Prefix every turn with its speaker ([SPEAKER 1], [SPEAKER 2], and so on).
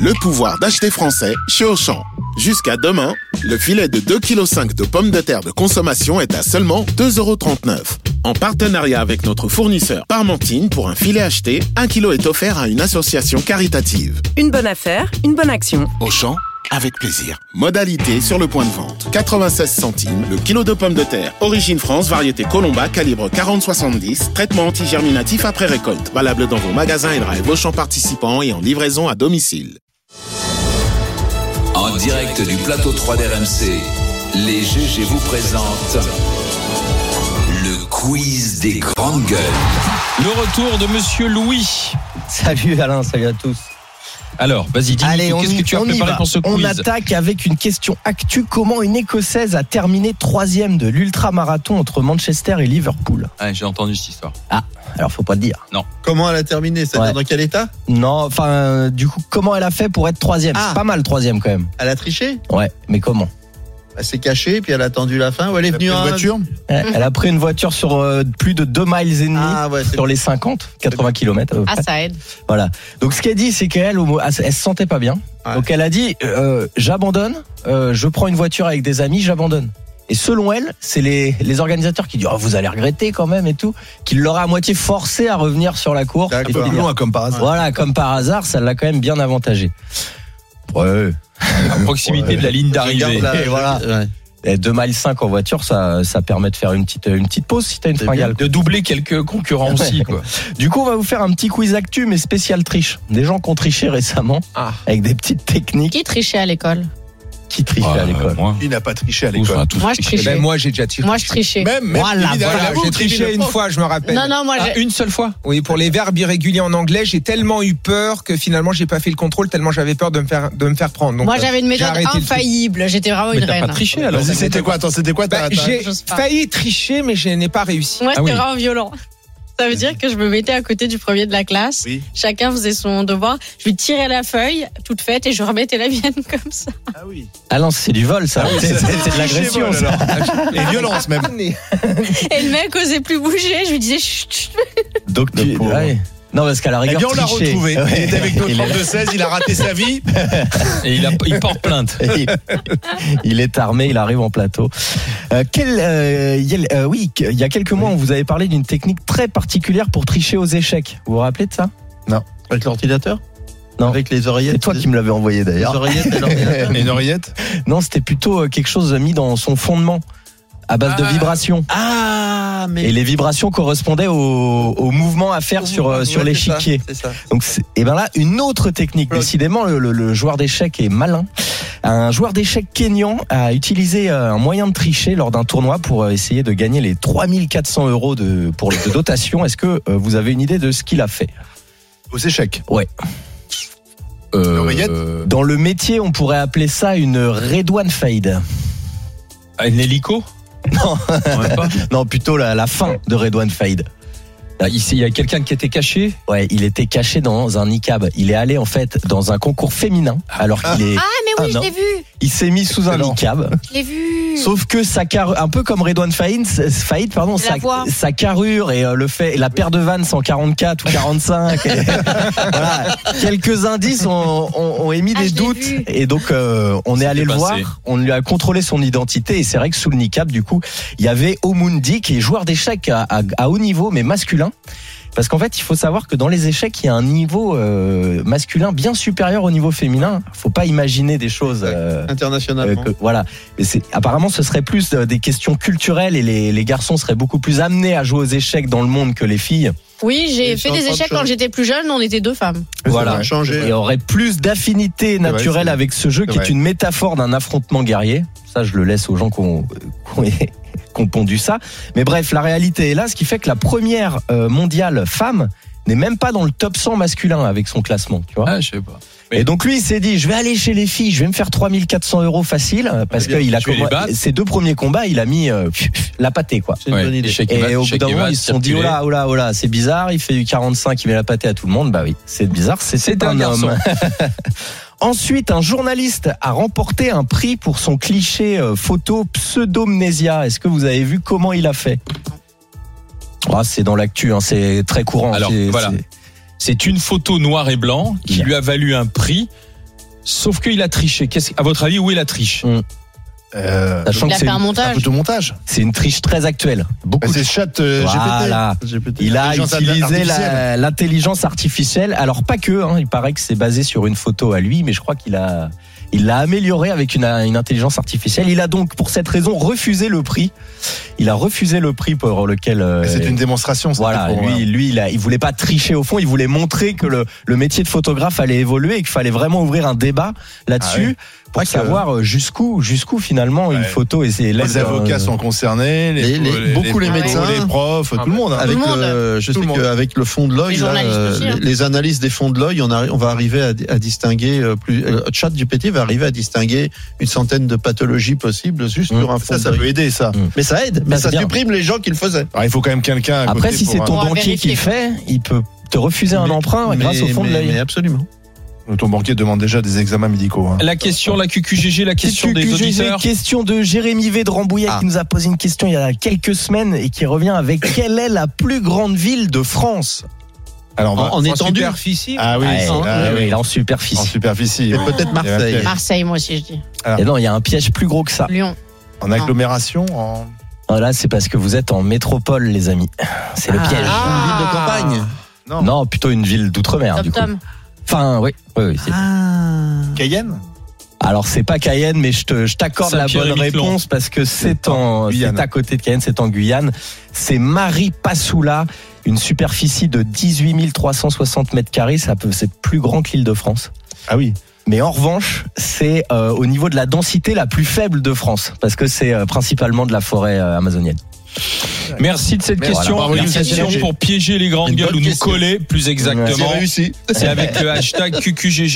[SPEAKER 1] Le pouvoir d'acheter français chez Auchan. Jusqu'à demain, le filet de 2,5 kg de pommes de terre de consommation est à seulement 2,39 euros. En partenariat avec notre fournisseur Parmentine, pour un filet acheté, 1 kg est offert à une association caritative.
[SPEAKER 2] Une bonne affaire, une bonne action.
[SPEAKER 1] Auchan, avec plaisir. Modalité sur le point de vente. 96 centimes le kilo de pommes de terre. Origine France, variété Colomba, calibre 40-70. Traitement antigerminatif après récolte. Valable dans vos magasins et drive Auchan participants et en livraison à domicile.
[SPEAKER 3] En direct du plateau 3 d'RMC, les GG vous présentent le quiz des grandes gueules.
[SPEAKER 4] Le retour de Monsieur Louis.
[SPEAKER 5] Salut Alain, salut à tous.
[SPEAKER 4] Alors, vas-y,
[SPEAKER 5] Allez,
[SPEAKER 4] dis-nous,
[SPEAKER 5] on,
[SPEAKER 4] qu'est-ce que
[SPEAKER 5] y-
[SPEAKER 4] tu as
[SPEAKER 5] on y
[SPEAKER 4] préparé
[SPEAKER 5] va.
[SPEAKER 4] pour ce
[SPEAKER 5] On
[SPEAKER 4] quiz
[SPEAKER 5] attaque avec une question actu. Comment une Écossaise a terminé troisième de l'ultra-marathon entre Manchester et Liverpool
[SPEAKER 4] Ouais, Ah, J'ai entendu cette histoire.
[SPEAKER 5] Alors, faut pas te dire.
[SPEAKER 6] Comment elle a terminé C'est-à-dire
[SPEAKER 5] Ouais.
[SPEAKER 6] dans quel état
[SPEAKER 5] Non, enfin, euh, du coup, comment elle a fait pour être troisième
[SPEAKER 6] Ah.
[SPEAKER 5] C'est pas mal troisième quand même.
[SPEAKER 6] Elle a triché
[SPEAKER 5] Ouais, mais comment
[SPEAKER 6] Elle s'est cachée, puis elle a attendu la fin. Ou elle est venue en voiture
[SPEAKER 5] Elle elle a pris une voiture sur euh, plus de 2 miles et demi.
[SPEAKER 6] Ah ouais, c'est
[SPEAKER 5] Sur les 50, 80 km.
[SPEAKER 7] Ah, ça aide.
[SPEAKER 5] euh, Voilà. Donc ce qu'elle dit, c'est qu'elle, au mo- ah, elle se sentait pas bien.
[SPEAKER 6] Ouais.
[SPEAKER 5] Donc elle a dit, euh, j'abandonne, euh, je prends une voiture avec des amis, j'abandonne. Et selon elle, c'est les, les organisateurs qui disent, oh, vous allez regretter quand même et tout, qui l'auraient à moitié forcé à revenir sur la course.
[SPEAKER 6] D'accord.
[SPEAKER 5] Et
[SPEAKER 6] Un peu plus
[SPEAKER 5] finir.
[SPEAKER 6] comme par
[SPEAKER 5] Voilà, comme par hasard, ça l'a quand même bien avantagée. Ouais.
[SPEAKER 4] À proximité de la ligne d'arrivée.
[SPEAKER 5] Et voilà. Et 2 miles 5 en voiture, ça, ça permet de faire une petite, une petite pause si t'as une
[SPEAKER 6] C'est
[SPEAKER 5] fringale.
[SPEAKER 4] De doubler quelques concurrents aussi, quoi.
[SPEAKER 5] Du coup, on va vous faire un petit quiz actu, mais spécial triche. Des gens qui ont triché récemment,
[SPEAKER 4] Ah.
[SPEAKER 5] avec des petites techniques
[SPEAKER 7] Qui trichait à l'école
[SPEAKER 5] qui trichent à l'école.
[SPEAKER 4] Euh, moi,
[SPEAKER 6] Il n'a pas triché à
[SPEAKER 7] Moi,
[SPEAKER 5] Eh
[SPEAKER 7] je trichais.
[SPEAKER 5] ben,
[SPEAKER 8] moi, j'ai déjà triché.
[SPEAKER 7] Moi, je trichais.
[SPEAKER 8] Même, même
[SPEAKER 5] Voilà,
[SPEAKER 8] évidemment,
[SPEAKER 5] voilà.
[SPEAKER 8] j'ai triché une fois, je me rappelle.
[SPEAKER 7] Non, non, moi,
[SPEAKER 4] Ah,
[SPEAKER 7] j'ai-
[SPEAKER 4] une seule fois
[SPEAKER 8] Oui, pour les verbes irréguliers en anglais, j'ai tellement eu peur que finalement, j'ai pas fait le contrôle tellement j'avais peur de me faire de me faire prendre. Donc,
[SPEAKER 7] moi,
[SPEAKER 8] euh,
[SPEAKER 7] j'avais une
[SPEAKER 8] j'ai
[SPEAKER 7] méthode
[SPEAKER 8] arrêté le truc.
[SPEAKER 7] infaillible. J'étais vraiment
[SPEAKER 4] Mais
[SPEAKER 7] une
[SPEAKER 4] t'as pas
[SPEAKER 7] reine.
[SPEAKER 4] triché alors
[SPEAKER 6] Vas-y, c'était quoi Attends, c'était quoi
[SPEAKER 8] Bah,
[SPEAKER 6] ta- ta-
[SPEAKER 8] j'ai
[SPEAKER 7] j'ose pas.
[SPEAKER 8] failli tricher, mais je n'ai pas réussi.
[SPEAKER 7] Moi,
[SPEAKER 4] Ah
[SPEAKER 7] c'était
[SPEAKER 4] oui.
[SPEAKER 7] vraiment violent. Ça veut dire que je me mettais à côté du premier de la classe.
[SPEAKER 6] Oui.
[SPEAKER 7] Chacun faisait son devoir. Je lui tirais la feuille toute faite et je remettais la mienne comme ça.
[SPEAKER 6] Ah oui.
[SPEAKER 5] Ah non, c'est du vol, ça. c'est c'est- c'est de l'agression, ça.
[SPEAKER 6] Et violence même.
[SPEAKER 7] Et le mec osait plus bouger. Je lui disais chut, chut.
[SPEAKER 5] Donc, tu- ouais. Non, parce qu'à la
[SPEAKER 6] Eh
[SPEAKER 5] rigueur,
[SPEAKER 6] bien, on l'a
[SPEAKER 5] tricher.
[SPEAKER 6] retrouvé.
[SPEAKER 5] Ouais.
[SPEAKER 6] Il était avec notre
[SPEAKER 5] Il est-
[SPEAKER 6] prof de 16, il a raté sa vie.
[SPEAKER 4] Et il, a- il porte plainte.
[SPEAKER 5] Il est armé, il arrive en plateau. Euh, quel, euh, il y a- euh, oui, il y a quelques mois, on vous avait parlé d'une technique très particulière pour tricher aux échecs. Vous vous rappelez de ça
[SPEAKER 6] Avec l'ordinateur
[SPEAKER 5] Non.
[SPEAKER 6] Avec les
[SPEAKER 5] C'est
[SPEAKER 6] oreillettes
[SPEAKER 5] toi qui me l'avais envoyé
[SPEAKER 6] Les
[SPEAKER 5] d'ailleurs.
[SPEAKER 6] oreillettes et l'ordinateur
[SPEAKER 5] Une
[SPEAKER 6] oreillette
[SPEAKER 5] Non, c'était plutôt euh, quelque chose mis dans son fondement à base de vibrations.
[SPEAKER 6] Ah, mais.
[SPEAKER 5] Et les vibrations correspondaient au, au mouvement à faire sur, euh, sur
[SPEAKER 6] Ouais, c'est ça,
[SPEAKER 5] l'échiquier.
[SPEAKER 6] C'est ça.
[SPEAKER 5] Donc, c'est- et ben là, une autre technique.
[SPEAKER 6] Bloc.
[SPEAKER 5] Décidément, le, le- le joueur d'échecs est malin. Un joueur d'échecs kényan a utilisé euh, un moyen de tricher lors d'un tournoi pour euh, essayer de gagner les 3400 euros de, pour, de dotation. Est-ce que euh, vous avez une idée de ce qu'il a fait
[SPEAKER 6] Aux échecs. L'oreillette
[SPEAKER 8] Euh,
[SPEAKER 5] Dans le métier, on pourrait appeler ça une Redouane Fade.
[SPEAKER 4] Ah, Un hélico
[SPEAKER 5] Non.
[SPEAKER 4] Même pas.
[SPEAKER 5] Non, plutôt la, la fin de Redouane Fade.
[SPEAKER 4] Ah, Il il y a quelqu'un qui était caché.
[SPEAKER 5] Ouais, il était caché dans un niqab. Il est allé en fait dans un concours féminin alors qu'il est,
[SPEAKER 7] Ah, mais oui,
[SPEAKER 5] Ah, non.
[SPEAKER 7] je l'ai vu.
[SPEAKER 5] il s'est mis sous un
[SPEAKER 6] Excellent.
[SPEAKER 5] niqab.
[SPEAKER 7] Je l'ai vu.
[SPEAKER 5] Sauf que sa carrure, un peu comme Redouane Faïd, euh, Faïd pardon,
[SPEAKER 7] La
[SPEAKER 5] sa,
[SPEAKER 7] voix.
[SPEAKER 5] sa carrure et euh, le fait, la paire de vannes 144 ou 45. et- voilà. Quelques indices ont, ont- ont émis
[SPEAKER 7] Ah,
[SPEAKER 5] des
[SPEAKER 7] je l'ai
[SPEAKER 5] doutes
[SPEAKER 7] vu.
[SPEAKER 5] et donc euh, on est allé le
[SPEAKER 4] passé.
[SPEAKER 5] voir, on lui a contrôlé son identité et c'est vrai que sous le niqab du coup, il y avait Omundi qui est joueur d'échecs à, à- à haut niveau mais masculin. Parce qu'en fait, il faut savoir que dans les échecs, il y a un niveau euh, masculin bien supérieur au niveau féminin. Faut pas imaginer des choses. euh, euh,
[SPEAKER 6] Internationalement.
[SPEAKER 5] que- voilà. Mais c'est apparemment ce serait plus euh, des questions culturelles et les, les garçons seraient beaucoup plus amenés à jouer aux échecs dans le monde que les filles.
[SPEAKER 7] Oui,
[SPEAKER 6] Et
[SPEAKER 7] j'ai fait
[SPEAKER 6] sur
[SPEAKER 7] des
[SPEAKER 6] le
[SPEAKER 7] échecs
[SPEAKER 6] front de
[SPEAKER 7] quand j'étais plus jeune. On était deux femmes.
[SPEAKER 6] Ça
[SPEAKER 5] Voilà.
[SPEAKER 6] va changer.
[SPEAKER 5] Et auraient plus d'affinité
[SPEAKER 6] vrai,
[SPEAKER 5] naturelle
[SPEAKER 6] c'est-
[SPEAKER 5] avec ce jeu qui est
[SPEAKER 6] vrai.
[SPEAKER 5] une métaphore d'un affrontement guerrier. Ça, je le laisse aux gens qui ont, qui ont- qui ont pondu ça. Mais bref, la réalité est là, ce qui fait que la première euh, mondiale femme n'est même pas dans le top 100 masculin avec son classement, tu vois.
[SPEAKER 4] Ah, je sais pas.
[SPEAKER 5] Et donc lui, il s'est dit, je vais aller chez les filles, je vais me faire 3400 euros facile, euh, parce
[SPEAKER 4] Eh bien,
[SPEAKER 5] qu'il a
[SPEAKER 4] tu vas les
[SPEAKER 5] commen-
[SPEAKER 4] battre.
[SPEAKER 5] ses deux premiers combats, il a mis euh, la pâtée, quoi.
[SPEAKER 6] C'est une
[SPEAKER 4] Ouais,
[SPEAKER 6] bonne idée.
[SPEAKER 4] échec
[SPEAKER 5] Et
[SPEAKER 4] va,
[SPEAKER 5] au bout
[SPEAKER 4] échec
[SPEAKER 5] d'un
[SPEAKER 4] qui
[SPEAKER 5] moment,
[SPEAKER 4] va,
[SPEAKER 5] ils se sont dit, oh
[SPEAKER 4] circuler.
[SPEAKER 5] là, oh là, oh là, c'est bizarre, il fait du 45, il met la pâtée à tout le monde. Bah oui, c'est bizarre, c'est- c'est
[SPEAKER 4] C'est
[SPEAKER 5] un,
[SPEAKER 4] un garçon.
[SPEAKER 5] homme. Ensuite, un journaliste a remporté un prix pour son cliché euh, photo pseudomnésia. Est-ce que vous avez vu comment il a fait Ah, C'est dans l'actu, hein, c'est très courant.
[SPEAKER 4] Alors,
[SPEAKER 5] c'est- euh,
[SPEAKER 4] voilà.
[SPEAKER 5] c'est-
[SPEAKER 4] C'est une photo noir et blanc qui
[SPEAKER 5] Yeah.
[SPEAKER 4] lui a valu un prix Sauf qu'il a triché. Qu'est-ce- à votre avis, où est la triche
[SPEAKER 9] Euh,
[SPEAKER 5] Sachant
[SPEAKER 7] Il
[SPEAKER 5] que
[SPEAKER 7] a
[SPEAKER 5] c'est
[SPEAKER 7] fait un
[SPEAKER 5] une,
[SPEAKER 9] un
[SPEAKER 7] montage.
[SPEAKER 9] photomontage.
[SPEAKER 5] c'est une triche très actuelle. Beaucoup
[SPEAKER 9] Bah,
[SPEAKER 5] de
[SPEAKER 9] c'est chat euh,
[SPEAKER 5] Voilà.
[SPEAKER 6] GPT.
[SPEAKER 5] Il a
[SPEAKER 9] Intelligence
[SPEAKER 5] utilisé la-
[SPEAKER 9] artificielle.
[SPEAKER 5] l'intelligence artificielle. Alors pas que, hein. il paraît que c'est basé sur une photo à lui, mais je crois qu'il a, il l'a amélioré avec une, une intelligence artificielle. Il a donc pour cette raison refusé le prix. Il a refusé le prix pour lequel. euh,
[SPEAKER 9] GPT. Ah, C'est une démonstration. ça,
[SPEAKER 5] voilà,
[SPEAKER 9] pour-
[SPEAKER 5] lui, lui, il, a- il voulait pas tricher au fond, il voulait montrer que le, le métier de photographe allait évoluer et qu'il fallait vraiment ouvrir un débat là-dessus
[SPEAKER 9] Ah oui.
[SPEAKER 5] pour
[SPEAKER 9] Pas que-
[SPEAKER 5] savoir euh, jusqu'où, jusqu'où finalement une
[SPEAKER 9] Ouais.
[SPEAKER 5] photo et euh, c'est
[SPEAKER 9] Les avocats sont concernés, les,
[SPEAKER 6] Les- les-
[SPEAKER 9] beaucoup les, médecins, les profs,
[SPEAKER 8] Ah,
[SPEAKER 9] tout le monde. hein.
[SPEAKER 6] Avec
[SPEAKER 7] Tout le monde.
[SPEAKER 6] le- je
[SPEAKER 9] Tout
[SPEAKER 6] sais
[SPEAKER 9] le monde.
[SPEAKER 6] qu'avec le fond de l'œil,
[SPEAKER 7] Les
[SPEAKER 6] là,
[SPEAKER 7] journalistes
[SPEAKER 6] euh,
[SPEAKER 7] aussi, hein.
[SPEAKER 6] les, les analyses des fonds de l'œil, on, arri- on va arriver à, di- à distinguer euh, plus. euh, ChatGPT va arriver à distinguer une centaine de pathologies possibles juste sur un fond
[SPEAKER 9] Ça, ça
[SPEAKER 6] de
[SPEAKER 9] peut
[SPEAKER 6] l'œil.
[SPEAKER 9] aider, ça.
[SPEAKER 6] Mais ça aide, mais
[SPEAKER 5] Ça,
[SPEAKER 6] ça
[SPEAKER 5] c'est bien.
[SPEAKER 6] supprime les gens qui le faisaient.
[SPEAKER 9] Alors, Ah, il faut quand même quelqu'un. à
[SPEAKER 5] Après,
[SPEAKER 9] côté
[SPEAKER 5] si
[SPEAKER 9] pour
[SPEAKER 5] c'est
[SPEAKER 9] un-
[SPEAKER 5] ton
[SPEAKER 7] Pour
[SPEAKER 5] banquier qui
[SPEAKER 7] vérifier.
[SPEAKER 5] le fait, il peut te refuser un
[SPEAKER 6] Mais-
[SPEAKER 5] emprunt Ah grâce
[SPEAKER 6] Mais-
[SPEAKER 5] au fond de
[SPEAKER 6] mais-
[SPEAKER 5] l'œil.
[SPEAKER 6] mais absolument.
[SPEAKER 9] Ton banquier demande déjà des examens médicaux. hein.
[SPEAKER 4] La question, la QQGG, la question des
[SPEAKER 5] QQGG,
[SPEAKER 4] auditeurs.
[SPEAKER 5] question de Jérémy V de Rambouillet
[SPEAKER 6] Ah.
[SPEAKER 5] qui nous a posé une question il y a quelques semaines et qui revient avec quelle est la plus grande ville de France
[SPEAKER 9] Alors, on
[SPEAKER 6] En,
[SPEAKER 9] va-
[SPEAKER 6] en
[SPEAKER 8] En
[SPEAKER 6] étendu,
[SPEAKER 8] superficie.
[SPEAKER 9] Ah oui,
[SPEAKER 5] Ouais,
[SPEAKER 9] c'est- ah
[SPEAKER 5] ouais,
[SPEAKER 9] oui.
[SPEAKER 5] ouais, en superficie.
[SPEAKER 9] en superficie.
[SPEAKER 6] et peut-être Marseille.
[SPEAKER 7] Marseille, moi aussi, je dis.
[SPEAKER 5] Et non, il y a un piège plus gros que ça.
[SPEAKER 7] Lyon.
[SPEAKER 9] En agglomération, en.
[SPEAKER 5] Ah, Là, c'est parce que vous êtes en métropole, les amis. C'est le piège.
[SPEAKER 8] Ah.
[SPEAKER 6] Une ville de campagne.
[SPEAKER 5] Non, plutôt une ville d'outre-mer, Ah, du
[SPEAKER 7] Tom
[SPEAKER 5] coup.
[SPEAKER 7] Tom.
[SPEAKER 5] Enfin, oui. oui, oui, c'est-
[SPEAKER 9] Cayenne
[SPEAKER 5] Alors, c'est pas Cayenne, mais je te- je t'accorde la bonne
[SPEAKER 4] Saint-Pierre-et-Miquelon.
[SPEAKER 5] réponse parce que c'est en,
[SPEAKER 9] Guyane.
[SPEAKER 5] c'est à côté de Cayenne, c'est en Guyane. C'est Marie Passoula, une superficie de 18 360 mètres carrés. Ça peut, c'est plus grand que l'île de France.
[SPEAKER 9] Ah oui.
[SPEAKER 5] Mais en revanche, c'est euh, au niveau de la densité la plus faible de France parce que c'est euh, principalement de la forêt euh, amazonienne.
[SPEAKER 4] Merci de cette
[SPEAKER 9] Voilà.
[SPEAKER 4] question.
[SPEAKER 9] Bravo,
[SPEAKER 4] La
[SPEAKER 9] Youssef
[SPEAKER 4] question
[SPEAKER 9] Chérif.
[SPEAKER 4] pour piéger les grandes
[SPEAKER 6] Une
[SPEAKER 4] gueules
[SPEAKER 6] bonne
[SPEAKER 4] ou nous
[SPEAKER 6] question.
[SPEAKER 4] coller, plus
[SPEAKER 5] C'est
[SPEAKER 4] exactement.
[SPEAKER 6] C'est réussi.
[SPEAKER 4] C'est avec le hashtag QQGG.